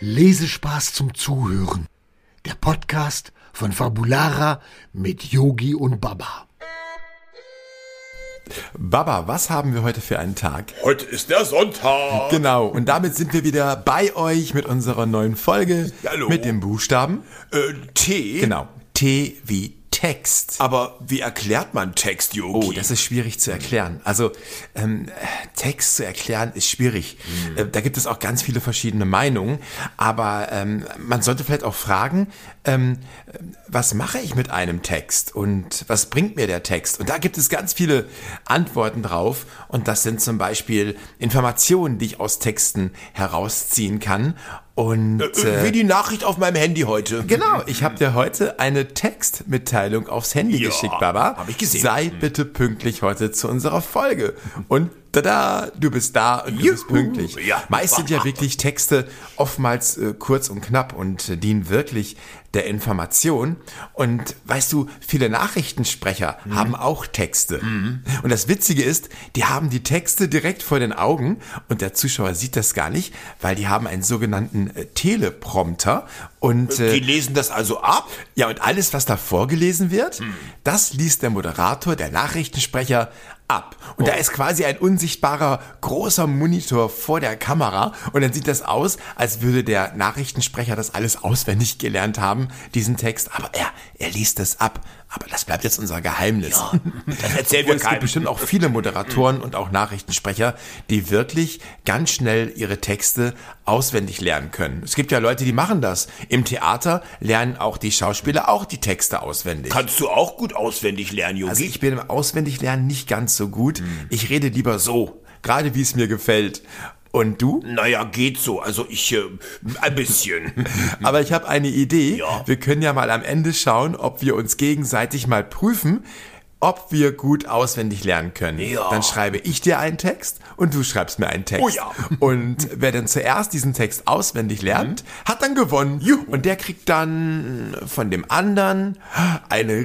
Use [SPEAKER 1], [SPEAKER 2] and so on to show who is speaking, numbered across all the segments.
[SPEAKER 1] Lesespaß zum Zuhören. Der Podcast von Fabulara mit Yogi und Baba.
[SPEAKER 2] Baba, was haben wir heute für einen Tag?
[SPEAKER 3] Heute ist der Sonntag.
[SPEAKER 2] Genau, und damit sind wir wieder bei euch mit unserer neuen Folge
[SPEAKER 3] Hallo.
[SPEAKER 2] mit dem Buchstaben.
[SPEAKER 3] Äh, T.
[SPEAKER 2] Genau, T wie Text.
[SPEAKER 3] Aber wie erklärt man Text, Yogi?
[SPEAKER 2] Oh, das ist schwierig zu erklären. Also ähm, Text zu erklären ist schwierig.
[SPEAKER 3] Hm.
[SPEAKER 2] Äh, da gibt es auch ganz viele verschiedene Meinungen. Aber ähm, man sollte vielleicht auch fragen, ähm, was mache ich mit einem Text und was bringt mir der Text? Und da gibt es ganz viele Antworten drauf. Und das sind zum Beispiel Informationen, die ich aus Texten herausziehen kann. Und
[SPEAKER 3] Äh, wie die Nachricht auf meinem Handy heute.
[SPEAKER 2] Genau, ich habe dir heute eine Textmitteilung aufs Handy
[SPEAKER 3] Ja,
[SPEAKER 2] geschickt, Baba.
[SPEAKER 3] hab ich gesehen. Mhm.
[SPEAKER 2] Sei bitte pünktlich heute zu unserer Folge. Und tada, du bist da und du bist
[SPEAKER 3] Juhu.
[SPEAKER 2] pünktlich.
[SPEAKER 3] Ja.
[SPEAKER 2] Meist sind ja wirklich Texte oftmals äh, kurz und knapp und äh, dienen wirklich der Information. Und weißt du, viele Nachrichtensprecher
[SPEAKER 3] Mhm.
[SPEAKER 2] haben auch Texte. Und das Witzige ist, die haben die Texte direkt vor den Augen und der Zuschauer sieht das gar nicht, weil die haben einen sogenannten äh, Teleprompter und äh,
[SPEAKER 3] Die lesen das also ab?
[SPEAKER 2] ja, und alles, was da vorgelesen wird, das liest der Moderator, der Nachrichtensprecher ab. Und da ist quasi ein unsichtbarer großer Monitor vor der Kamera. Und dann sieht das aus, als würde der Nachrichtensprecher das alles auswendig gelernt haben, diesen Text. Aber er, er liest das ab. Aber das bleibt jetzt unser Geheimnis.
[SPEAKER 3] Das erzählen
[SPEAKER 2] Obwohl,
[SPEAKER 3] wir
[SPEAKER 2] es gibt
[SPEAKER 3] keinem.
[SPEAKER 2] bestimmt auch viele Moderatoren und auch Nachrichtensprecher, die wirklich ganz schnell ihre Texte auswendig lernen können. Es gibt ja Leute, die machen das. Im Theater lernen auch die Schauspieler auch die Texte auswendig.
[SPEAKER 3] Kannst du auch gut auswendig lernen, Yogi?
[SPEAKER 2] Also ich bin im Auswendiglernen nicht ganz so gut. Ich rede lieber so, gerade wie es mir gefällt. Und du?
[SPEAKER 3] naja, geht so. Also ich, äh, ein bisschen.
[SPEAKER 2] Aber ich habe eine Idee.
[SPEAKER 3] Hm. Ja.
[SPEAKER 2] Wir können ja mal am Ende schauen, ob wir uns gegenseitig mal prüfen, ob wir gut auswendig lernen können.
[SPEAKER 3] Ja.
[SPEAKER 2] Dann schreibe ich dir einen Text und du schreibst mir einen Text.
[SPEAKER 3] Oh ja.
[SPEAKER 2] Und wer dann zuerst diesen Text auswendig
[SPEAKER 3] Hm.
[SPEAKER 2] lernt, hat dann gewonnen. Juhu. Und der kriegt dann von dem anderen eine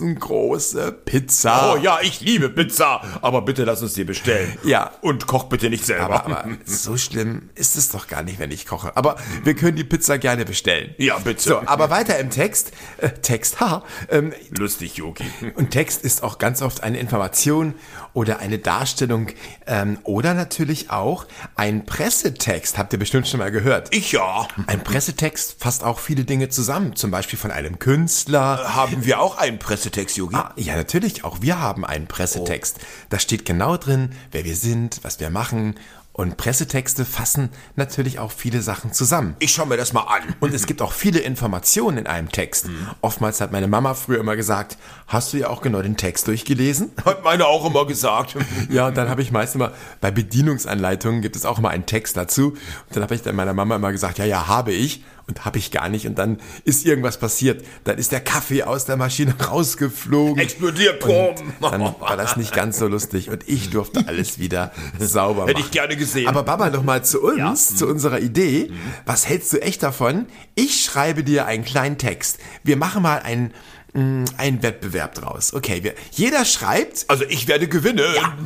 [SPEAKER 2] riesengroße Pizza.
[SPEAKER 3] Oh ja, ich liebe Pizza. Aber bitte lass uns die bestellen.
[SPEAKER 2] Ja.
[SPEAKER 3] Und koch bitte nicht selber.
[SPEAKER 2] Aber, aber so schlimm ist es doch gar nicht, wenn ich koche. Aber wir können die Pizza gerne bestellen.
[SPEAKER 3] Hm. Ja, bitte.
[SPEAKER 2] So, aber weiter im Text. Äh, Text, ha. Ähm,
[SPEAKER 3] Lustig, Yogi.
[SPEAKER 2] und Text ist auch ganz oft eine Information oder eine Darstellung ähm, oder natürlich auch ein Pressetext. Habt ihr bestimmt schon mal gehört.
[SPEAKER 3] Ich ja.
[SPEAKER 2] Ein Pressetext fasst auch viele Dinge zusammen, zum Beispiel von einem Künstler,
[SPEAKER 3] Haben wir auch einen Pressetext, Yogi?
[SPEAKER 2] Ah, ja, natürlich. Auch wir haben einen Pressetext. Da steht genau drin, wer wir sind, was wir machen. Und Pressetexte fassen natürlich auch viele Sachen zusammen.
[SPEAKER 3] Ich schau mir das mal an.
[SPEAKER 2] Und es gibt auch viele Informationen in einem Text. Oftmals hat meine Mama früher immer gesagt, hast du ja auch genau den Text durchgelesen?
[SPEAKER 3] Hat meine auch immer gesagt.
[SPEAKER 2] Ja, und dann habe ich meistens immer, bei Bedienungsanleitungen gibt es auch immer einen Text dazu. Und dann habe ich dann meiner Mama immer gesagt, ja, ja, habe ich. Und habe ich gar nicht. Und dann ist irgendwas passiert. Dann ist der Kaffee aus der Maschine rausgeflogen.
[SPEAKER 3] Explodiert,
[SPEAKER 2] Und
[SPEAKER 3] boom.
[SPEAKER 2] dann war das nicht ganz so lustig. Und ich durfte alles wieder sauber machen.
[SPEAKER 3] Hätte ich gerne gesehen.
[SPEAKER 2] Aber Baba, noch mal zu uns, zu unserer Idee. Was hältst du echt davon? Ich schreibe dir einen kleinen Text. Wir machen mal einen, mh, einen Wettbewerb draus. Okay, wir, jeder schreibt
[SPEAKER 3] Also ich werde gewinnen.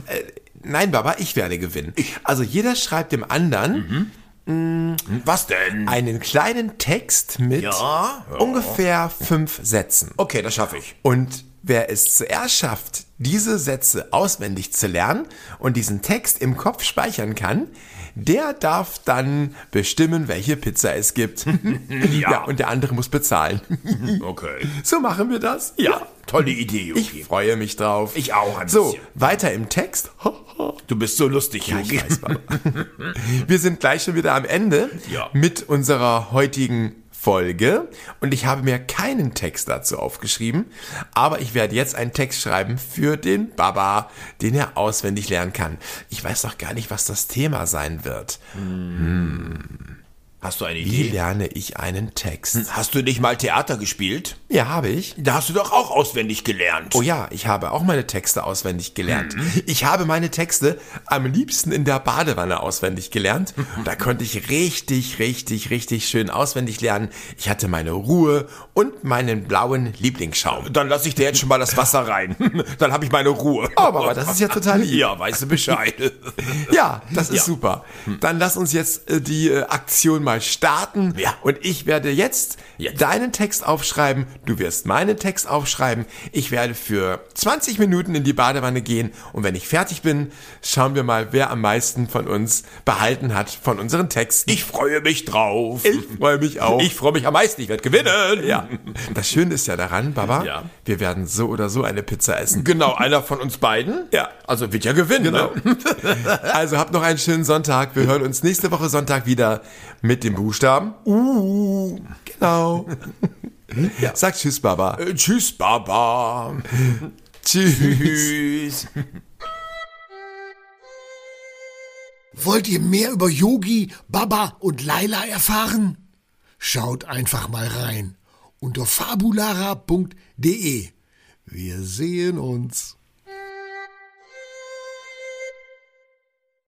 [SPEAKER 2] äh, nein, Baba, ich werde gewinnen. Also jeder schreibt dem anderen
[SPEAKER 3] Mhm.
[SPEAKER 2] mm,
[SPEAKER 3] Was denn?
[SPEAKER 2] einen kleinen Text mit
[SPEAKER 3] Ja,
[SPEAKER 2] ungefähr fünf Sätzen.
[SPEAKER 3] Okay, das schaffe ich.
[SPEAKER 2] Und wer es zuerst schafft, diese Sätze auswendig zu lernen und diesen Text im Kopf speichern kann, der darf dann bestimmen, welche Pizza es gibt. ja. und der andere muss bezahlen.
[SPEAKER 3] Okay.
[SPEAKER 2] so machen wir das.
[SPEAKER 3] Ja, tolle Idee, Yogi.
[SPEAKER 2] Ich freue mich drauf.
[SPEAKER 3] Ich auch ein
[SPEAKER 2] So,
[SPEAKER 3] bisschen.
[SPEAKER 2] weiter im Text.
[SPEAKER 3] Du bist so lustig, Yogi.
[SPEAKER 2] Ich weiß, Baba. Wir sind gleich schon wieder am Ende
[SPEAKER 3] Ja.
[SPEAKER 2] mit unserer heutigen Folge und ich habe mir keinen Text dazu aufgeschrieben, aber ich werde jetzt einen Text schreiben für den Baba, den er auswendig lernen kann. Ich weiß noch gar nicht, was das Thema sein wird.
[SPEAKER 3] Hast du eine
[SPEAKER 2] Wie
[SPEAKER 3] Idee?
[SPEAKER 2] lerne ich einen Text?
[SPEAKER 3] Hast du nicht mal Theater gespielt?
[SPEAKER 2] Ja, habe ich.
[SPEAKER 3] Da hast du doch auch auswendig gelernt.
[SPEAKER 2] Oh ja, ich habe auch meine Texte auswendig gelernt.
[SPEAKER 3] Mhm.
[SPEAKER 2] Ich habe meine Texte am liebsten in der Badewanne auswendig gelernt. Da konnte ich richtig, richtig, richtig schön auswendig lernen. Ich hatte meine Ruhe und meinen blauen Lieblingsschaum.
[SPEAKER 3] Dann lasse ich dir jetzt schon mal das Wasser rein. Dann habe ich meine Ruhe.
[SPEAKER 2] Aber, aber das ist ja total lieb.
[SPEAKER 3] Ja, weißt du Bescheid.
[SPEAKER 2] Ja, das ist super.
[SPEAKER 3] Hm.
[SPEAKER 2] Dann lass uns jetzt äh, die äh, Aktion mal starten.
[SPEAKER 3] Ja.
[SPEAKER 2] Und ich werde jetzt
[SPEAKER 3] Jetzt.
[SPEAKER 2] deinen Text aufschreiben. Du wirst meinen Text aufschreiben. Ich werde für 20 Minuten in die Badewanne gehen. Und wenn ich fertig bin, schauen wir mal, wer am meisten von uns behalten hat von unseren Texten.
[SPEAKER 3] Ich freue mich drauf.
[SPEAKER 2] freue mich auch.
[SPEAKER 3] Ich freue mich am meisten. Ich werde gewinnen.
[SPEAKER 2] ja. Das Schöne ist ja daran, Baba,
[SPEAKER 3] Ja.
[SPEAKER 2] wir werden so oder so eine Pizza essen.
[SPEAKER 3] Genau, einer von uns beiden.
[SPEAKER 2] Ja.
[SPEAKER 3] Also wird ja gewinnen. Ne?
[SPEAKER 2] Also habt noch einen schönen Sonntag. Wir hören uns nächste Woche Sonntag wieder mit dem Buchstaben U. Genau. Sagt Tschüss, Baba.
[SPEAKER 3] Äh, Tschüss, Baba.
[SPEAKER 2] Tschüss.
[SPEAKER 3] Tschüss.
[SPEAKER 1] Wollt ihr mehr über Yogi, Baba und Laila erfahren? Schaut einfach mal rein unter fabulara.de. Wir sehen uns.